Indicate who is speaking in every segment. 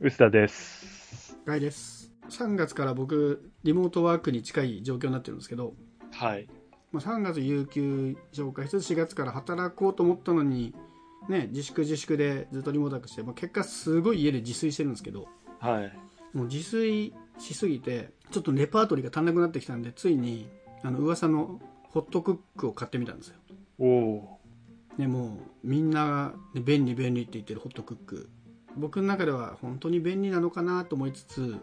Speaker 1: 臼田です。
Speaker 2: ガイです3月から僕リモートワークに近い状況になってるんですけど、
Speaker 1: はい。
Speaker 2: まあ、3月有給消化しつつ4月から働こうと思ったのにね自粛自粛でずっとリモートワークして、まあ、結果すごい家で自炊してるんですけど
Speaker 1: はい。
Speaker 2: もう自炊しすぎてちょっとレパートリーが足んなくなってきたんでついにあの噂のホットクックを買ってみたんですよ
Speaker 1: おお
Speaker 2: ね、もうみんなが、ね、便利便利って言ってるホットクック僕の中では本当に便利なのかなと思いつつ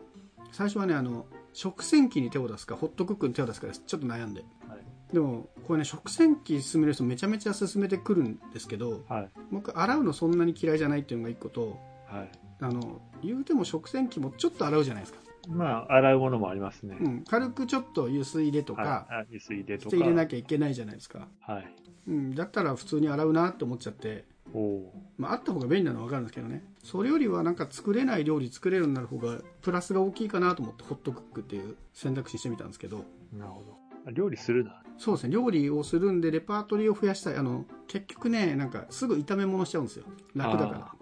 Speaker 2: 最初はねあの食洗機に手を出すかホットクックに手を出すかですちょっと悩んで、
Speaker 1: は
Speaker 2: でもこれね食洗機進める人めちゃめちゃ進めてくるんですけど
Speaker 1: ー。はい。
Speaker 2: 僕洗うのそんなに嫌いじゃないっていうのが一個と
Speaker 1: はい。
Speaker 2: あの言うても食洗機もちょっと洗うじゃないですか、
Speaker 1: まあ、洗うものもありますね。
Speaker 2: うん、軽くちょっと油水入れと
Speaker 1: と
Speaker 2: か、
Speaker 1: はい、水入れとか。
Speaker 2: して入れなきゃいけないじゃないですか、
Speaker 1: はい。
Speaker 2: うん、だったら普通に洗うなって思っちゃって
Speaker 1: おお
Speaker 2: まあ、あった方が便利なのは分かるんですけどねそれよりはなんか作れない料理作れるようになる方がプラスが大きいかなと思ってホットクックっていう選択肢にしてみたんですけど
Speaker 1: ー。なるほど。料理するな。
Speaker 2: そうですね料理をするんでレパートリーを増やしたいあの結局ねなんかすぐ炒め物しちゃうんですよ楽だか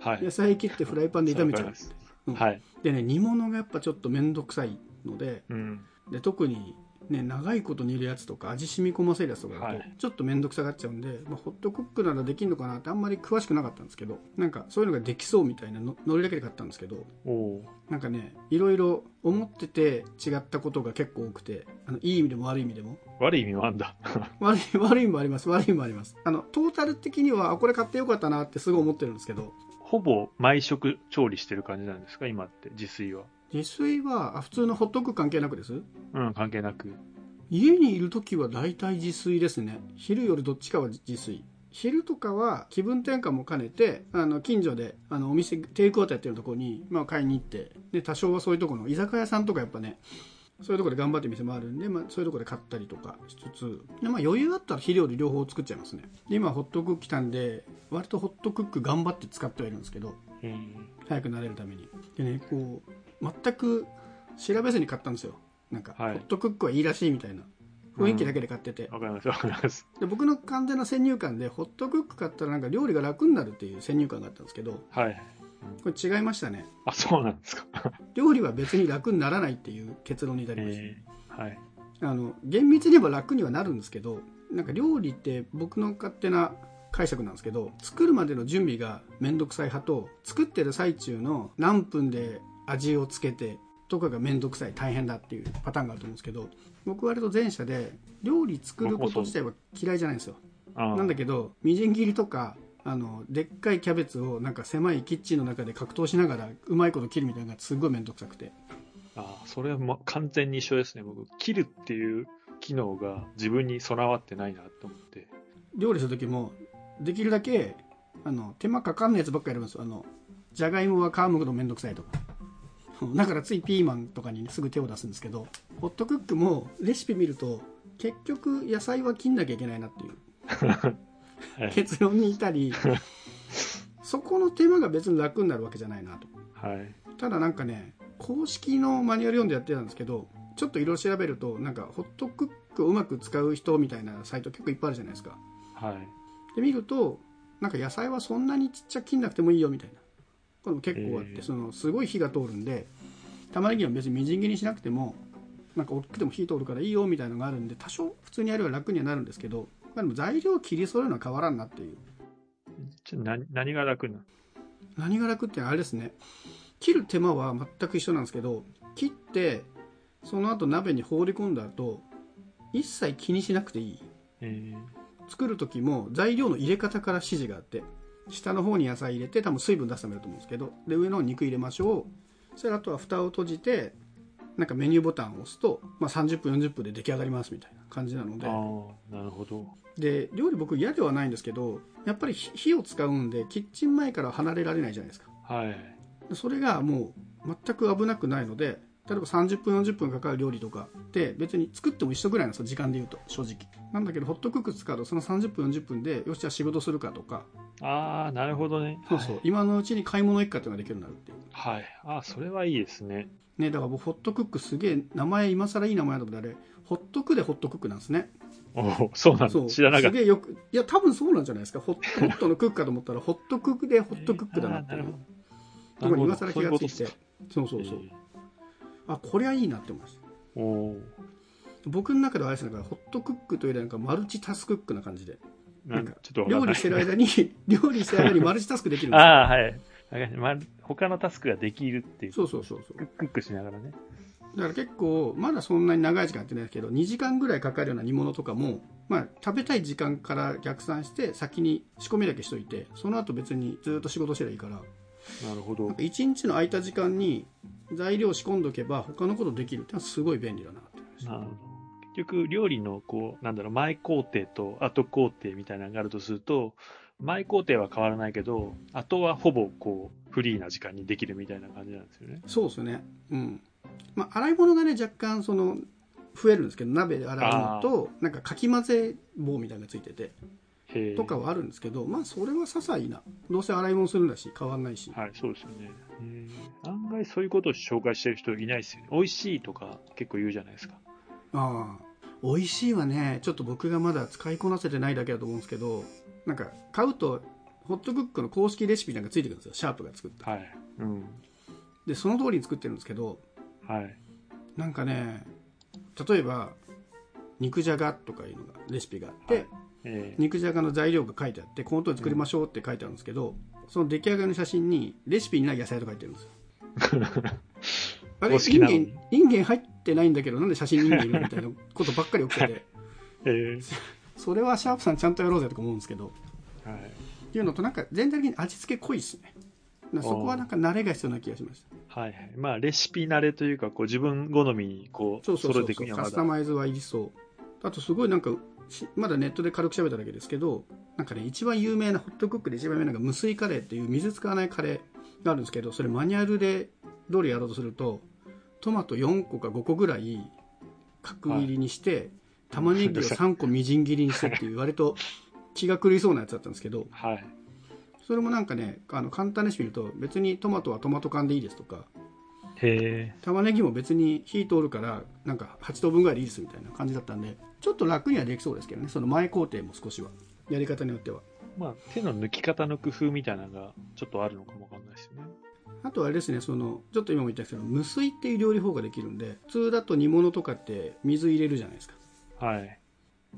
Speaker 1: は
Speaker 2: ら
Speaker 1: い。
Speaker 2: 野菜切ってフライパンで炒めちゃ
Speaker 1: わ
Speaker 2: う
Speaker 1: かります
Speaker 2: うん
Speaker 1: はい。
Speaker 2: でね煮物がやっぱちょっと面倒くさいので
Speaker 1: うん。
Speaker 2: で特にね長いこと煮るやつとか味染み込ませるやつとかだと
Speaker 1: はい
Speaker 2: ちょっと面倒くさがっちゃうんで、まあ、ホットクックならできるのかなってあんまり詳しくなかったんですけどなんかそういうのができそうみたいなのノリだけで買ったんですけど
Speaker 1: おお
Speaker 2: なんかねいろいろ思ってて違ったことが結構多くてあのいい意味でも悪い意味でも
Speaker 1: ー。悪い意味もあんだ。
Speaker 2: 悪い 悪い意味もあります悪い意味もありますあのトータル的にはあこれ買ってよかったなってすごい思ってるんですけど
Speaker 1: ほぼ毎食調理してる感じなんですか今って、自炊は。
Speaker 2: 自炊はあ普通のホットクック関係なくです
Speaker 1: うん、関係なく。
Speaker 2: 家にいる時は大体自炊ですね昼夜どっちかは自炊昼とかは気分転換も兼ねてあの近所であのお店テイクアウトやってるとこに、まあ、買いに行ってで多少はそういうとこの居酒屋さんとかやっぱねそういうとこで頑張ってる店もあるんで、まあ、そういうとこで買ったりとかしつつで、まあ、余裕あったら昼夜両方作っちゃいますねで今ホットクック来たんで割とホットクック頑張って使ってはいるんですけど
Speaker 1: うん。
Speaker 2: 早くなれるためにでねこう全く調べずに買ったんですよなんか、
Speaker 1: はい
Speaker 2: ホットクックはいいらしいみたいな雰囲気だけで買ってて、
Speaker 1: わかります、わかります。
Speaker 2: で僕の完全な先入観でホットクック買ったらなんか料理が楽になるっていう先入観があったんですけど
Speaker 1: はい。
Speaker 2: これ違いましたね
Speaker 1: あ、そうなんですか。
Speaker 2: 料理は別に楽にならないっていう結論に至りました、
Speaker 1: えー。はい。
Speaker 2: あの厳密に言えば楽にはなるんですけどなんか料理って僕の勝手な解釈なんですけど作るまでの準備が面倒くさい派と作ってる最中の何分で味をつけてとかが面倒くさい大変だっていうパターンがあると思うんですけど僕割と前者で料理作ること自体は嫌いじゃないんですよ
Speaker 1: あー
Speaker 2: なんだけどみじん切りとかあのでっかいキャベツをなんか狭いキッチンの中で格闘しながらうまいこと切るみたいなのがすごい面倒くさくて
Speaker 1: ああ、それは、ま、完全に一緒ですね。僕、切るっていう機能が自分に備わってないなと思って。
Speaker 2: 料理する時もできるだけあの手間かかんないやつばっかりやりますよあのじゃがいもは皮むくのめんどくさいとか だからついピーマンとかにすぐ手を出すんですけどホットクックもレシピ見ると結局野菜は切んなきゃいけないなっていう
Speaker 1: はい。
Speaker 2: 結論に至りそこの手間が別に楽になるわけじゃないなと
Speaker 1: はい。
Speaker 2: ただなんかね公式のマニュアル読んでやってたんですけどちょっと色々調べるとなんかホットクックをうまく使う人みたいなサイト結構いっぱいあるじゃないですか
Speaker 1: はい。
Speaker 2: で見るとなんか野菜はそんなにちっちゃく切んなくてもいいよみたいなこれも結構あって、
Speaker 1: へえ
Speaker 2: そのすごい火が通るんで玉ねぎは別にみじん切りにしなくてもなんか大きくても火通るからいいよみたいなのがあるんで多少普通にやれば楽にはなるんですけど、まあ、でも材料を切り揃えるのは変わらんなっていう
Speaker 1: ちょ何何が楽なの
Speaker 2: 何が楽ってあれですね切る手間は全く一緒なんですけど切ってその後鍋に放り込んだ後一切気にしなくていい
Speaker 1: えー、
Speaker 2: 作る時も材料の入れ方から指示があって下の方に野菜入れて多分水分出すためだと思うんですけどで上の方に肉入れましょうそしたらあとは蓋を閉じてなんかメニューボタンを押すと、まあ、30分40分で出来上がりますみたいな感じなの
Speaker 1: あ
Speaker 2: で
Speaker 1: あ、なるほど。
Speaker 2: で料理僕嫌ではないんですけどやっぱり火火を使うんでキッチン前から離れられないじゃないですか
Speaker 1: はい。
Speaker 2: でそれがもう全く危なくないので例えば30分40分かかる料理とかって別に作っても一緒ぐらいなんですよ時間でいうと正直なんだけどホットクック使うとその30分40分でよしじゃあ仕事するかとか
Speaker 1: ああ、なるほどね。
Speaker 2: そうそう、今のうちに買い物行くかっていうのができるようになるっていう
Speaker 1: はい。ああ、それはいいですね。
Speaker 2: ねだから僕ホットクックすげえ名前今更いい名前だと思ってあれホットクでホットクックなんですね
Speaker 1: おお、そうなん
Speaker 2: そ
Speaker 1: だ。
Speaker 2: う
Speaker 1: 知らなかっ
Speaker 2: すげえよくいや多分そうなんじゃないですかホットホットのクックかと思ったらホットクックでホットクックだなって
Speaker 1: あー
Speaker 2: い
Speaker 1: なる
Speaker 2: う
Speaker 1: ほど
Speaker 2: とかに
Speaker 1: なるほど
Speaker 2: 今更気がつい
Speaker 1: そう
Speaker 2: て
Speaker 1: いう
Speaker 2: そうそうそうあこれはいいなって思いました
Speaker 1: おおー
Speaker 2: 僕の中ではあれですねだからホットクックというよりはなんかマルチタスクックな感じで
Speaker 1: な
Speaker 2: なんん
Speaker 1: か
Speaker 2: か
Speaker 1: ちょっとわかん
Speaker 2: 料
Speaker 1: ない
Speaker 2: 理してる 間に料理してる間にマルチタスクできるんですよ
Speaker 1: ああ、はい。なんかまあ、他のタスクができるっていう。
Speaker 2: そうそうそうそう
Speaker 1: クックックしながらね。
Speaker 2: だから結構まだそんなに長い時間やってないですけど2時間ぐらいかかるような煮物とかも、まあ、食べたい時間から逆算して先に仕込みだけしといてその後別にずっと仕事してりゃいいから
Speaker 1: なるほど。
Speaker 2: 1日の空いた時間に材料仕込んどけば他のことできるってのはすごい便利だなって
Speaker 1: なるほど。結局、料理の、こう、なんだろう、前工程と後工程みたいなのがあるとすると、前工程は変わらないけど、後はほぼ、こう、フリーな時間にできるみたいな感じなんですよね。
Speaker 2: そうですねうんまあ洗い物がね若干その増えるんですけど鍋で洗うのとなんかかき混ぜ棒みたいなのがついてて
Speaker 1: へえ。
Speaker 2: とかはあるんですけどまあそれは些細などうせ洗い物するんだし変わんないし
Speaker 1: はい、そうですよね。へえ案外そういうことを紹介してる人いないですよね。美味しいとか結構言うじゃないですか。
Speaker 2: ああ美味しいはねちょっと僕がまだ使いこなせてないだけだと思うんですけどなんか買うとホットクックの公式レシピなんかついてくるんですよシャープが作った
Speaker 1: はい。うん。
Speaker 2: でその通りに作ってるんですけど
Speaker 1: はい。
Speaker 2: なんかね例えば肉じゃがとかいうのがレシピがあって、
Speaker 1: はいええ
Speaker 2: 肉じゃがの材料が書いてあってこの通り作りましょうって書いてあるんですけど、その出来上がりの写真にレシピにない野菜と書いてるんですよ あれ
Speaker 1: 公
Speaker 2: イ
Speaker 1: 式
Speaker 2: ン
Speaker 1: なの
Speaker 2: ゲ
Speaker 1: に
Speaker 2: ンインゲン入ってないんだけどなんで写真にインゲンいるみたいなことばっかり起きて て
Speaker 1: え
Speaker 2: それはシャープさんちゃんとやろうぜとか思うんですけど
Speaker 1: えはい。
Speaker 2: っていうのとなんか全体的に味付け濃いですねだからそこはなんか慣れが必要な気がしました
Speaker 1: はいはい。まあ、レシピ慣れというか、こう、自分好みに、こう、
Speaker 2: そうそうそ
Speaker 1: 揃え
Speaker 2: う
Speaker 1: てい
Speaker 2: そ
Speaker 1: く
Speaker 2: う
Speaker 1: には
Speaker 2: カ
Speaker 1: ま
Speaker 2: スタ
Speaker 1: だ。
Speaker 2: マイズはいりそうあとすごいなんかしまだネットで軽く喋っただけですけどなんかね一番有名なホットクックで一番有名なのが無水カレーっていう水使わないカレーがあるんですけどそれマニュアルで通りやろうとするとトマト4個か5個ぐらい角切りにして、玉ねぎを3個みじん切りにしてっていう割と 気が狂いそうなやつだったんですけど
Speaker 1: はい。
Speaker 2: それもなんかねあの簡単なレシピ見ると別にトマトはトマト缶でいいですとか
Speaker 1: へえ。
Speaker 2: 玉ねぎも別に火通るからなんか8等分ぐらいでいいですみたいな感じだったんでちょっと楽にはできそうですけどねその前工程も少しはやり方によっては
Speaker 1: まあ、手の抜き方の工夫みたいなのが、ちょっとあるのかもわかんないですよね。
Speaker 2: あとはあれですねそのちょっと今も言ったんですけど無水っていう料理法ができるんで普通だと煮物とかって水入れるじゃないですか
Speaker 1: はい。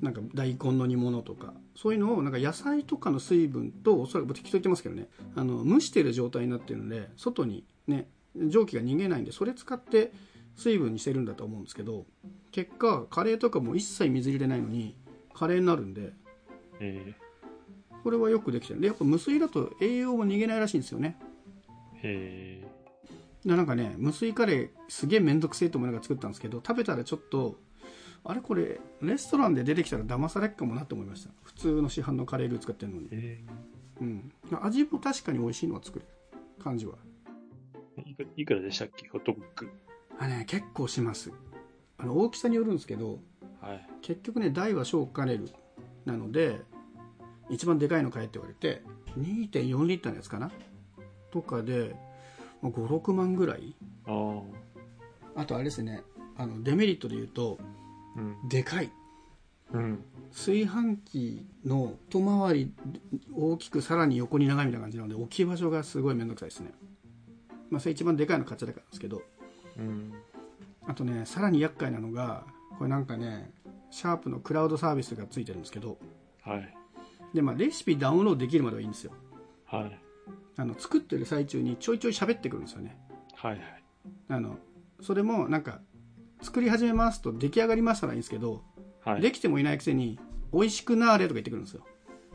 Speaker 2: なんか大根の煮物とかそういうのをなんか野菜とかの水分とおそらく適当に言ってますけどねあの蒸してる状態になってるので外にね蒸気が逃げないんでそれ使って水分にしてるんだと思うんですけど結果カレーとかも一切水入れないのにカレーになるんで
Speaker 1: え
Speaker 2: これはよくできてるでやっぱ無水だと栄養も逃げないらしいんですよね
Speaker 1: え。へえ。
Speaker 2: でなんかね無水カレーすげえ面倒くせえと思いながら作ったんですけど食べたらちょっとあれこれレストランで出てきたら騙されっかもなって思いました普通の市販のカレールー使ってるのに
Speaker 1: え
Speaker 2: うん、味も確かに美味しいのは作れる感じは
Speaker 1: えいくいくらでしたっけホットクック。
Speaker 2: あね結構しますあの大きさによるんですけど
Speaker 1: はい。
Speaker 2: 結局ね大は小を兼ねるなので一番でかいの買えって言われて2.4リッターのやつかなとかで56万ぐらい
Speaker 1: ああ。う
Speaker 2: あとあれですねあのデメリットで言うと
Speaker 1: ん。
Speaker 2: でかい
Speaker 1: うん。
Speaker 2: 炊飯器の一回り大きくさらに横に長いみたいな感じなので置き場所がすごい面倒くさいですねまあそれ一番でかいの買っちゃったからですけど
Speaker 1: うん。
Speaker 2: あとねさらに厄介なのがこれなんかねシャープのクラウドサービスがついてるんですけど
Speaker 1: はい。
Speaker 2: で、まあ、レシピダウンロードできるまではいいんですよ
Speaker 1: はい。
Speaker 2: あの作ってる最中にちょいちょい喋ってくるんですよね
Speaker 1: はいはい。
Speaker 2: あのそれもなんか作り始めますと出来上がりましたらいいんですけど、
Speaker 1: はい。
Speaker 2: できてもいないくせに美味しくなーれとか言ってくるんですよ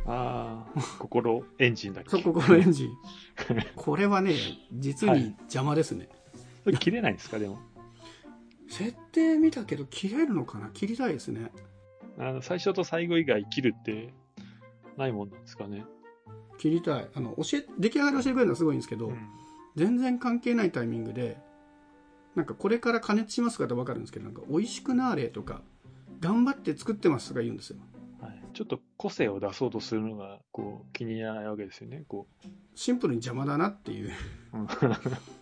Speaker 1: ああ。心、エンジンだっけ
Speaker 2: そここのエン ジンこれはね実に邪魔ですね、
Speaker 1: それ切れないんですかでも。
Speaker 2: 設定見たけど切れるのかな切りたいですね
Speaker 1: あの、最初と最後以外切るって、ないもんなんですかね。
Speaker 2: 切りたいあの教え出来上がり教えてくれるのはすごいんですけど、
Speaker 1: うん。
Speaker 2: 全然関係ないタイミングでなんかこれから加熱しますかって分かるんですけどなんか美味しくなーれとか頑張って作ってますとか言うんですよ
Speaker 1: はい、ちょっと個性を出そうとするのがこう気に入らないわけですよね。こ
Speaker 2: シンプルに邪魔だなっていう
Speaker 1: ううん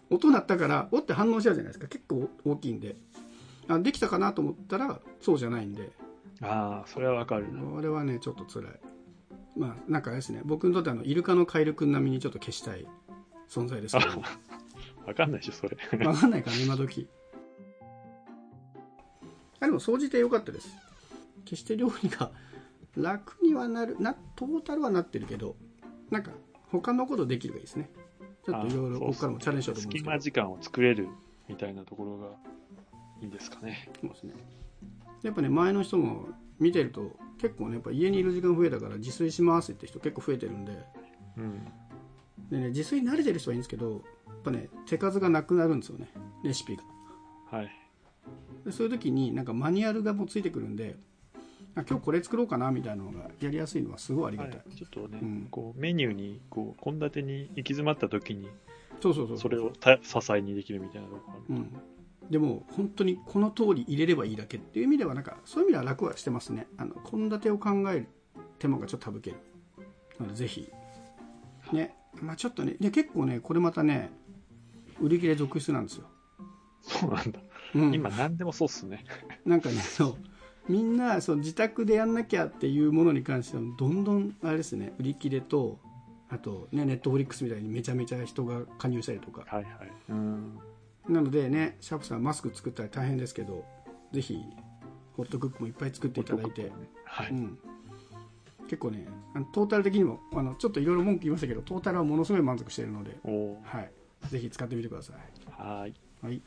Speaker 2: 音鳴ったからおって反応しちゃうじゃないですか結構大きいんであできたかなと思ったらそうじゃないんで
Speaker 1: ああ、それはわかるな。
Speaker 2: これはねちょっと辛いまあなんかあれですね僕にとってあのイルカのカエルくん並みにちょっと消したい存在ですけど
Speaker 1: わかんないでしょ、それ。
Speaker 2: わかんないかな、今時。あ、でも、総じて良かったです。決して料理が 楽にはなる、な、トータルはなってるけど、なんか、他のことできるがいいですね。ちょっといろいろ、ここからもチャレンジしようと思うんです
Speaker 1: 隙
Speaker 2: け
Speaker 1: 間
Speaker 2: ど。
Speaker 1: 時間を作れるみたいなところがいいですかね。
Speaker 2: そうですね。やっぱね、前の人も見てると、結構ね、やっぱ家にいる時間増えたから自炊しますって人結構増えてるんで、
Speaker 1: うん。
Speaker 2: でね、自炊慣れてる人はいいんですけど、やっぱね、手数がなくなるんですよね、レシピが。
Speaker 1: はい。
Speaker 2: でそういう時になんかマニュアルがもうついてくるんであ今日これ作ろうかなみたいなのがやりやすいのはすごいありが
Speaker 1: は
Speaker 2: たい、
Speaker 1: い、ちょっとね、
Speaker 2: うん
Speaker 1: こうメニューにこう献立に行き詰まった時に
Speaker 2: そうそうそう
Speaker 1: それをた支えにできるみたいなところがある
Speaker 2: うん、でも本当にこの通り入れればいいだけっていう意味ではなんかそういう意味では楽はしてますねあの献立を考える手間がちょっと省けるなのでぜひねまあちょっとねで結構ねこれまたね売り切れ続出なんですよ、
Speaker 1: そうなんだ。
Speaker 2: うん、
Speaker 1: 今何でもそうっすね。
Speaker 2: なんかねそうみんなそう自宅でやんなきゃっていうものに関してはどんどんあれですね売り切れとあとねネットフリックスみたいにめちゃめちゃ人が加入したりとか
Speaker 1: はいはい。うん。
Speaker 2: なのでねシャープさんマスク作ったら大変ですけどぜひホットクックもいっぱい作っていただいて、
Speaker 1: は
Speaker 2: う
Speaker 1: い。
Speaker 2: ん、結構ねあのトータル的にもあのちょっといろいろ文句言いましたけどトータルはものすごい満足しているので、
Speaker 1: おー
Speaker 2: はい、ぜひ使ってみてください。
Speaker 1: はーい。
Speaker 2: はい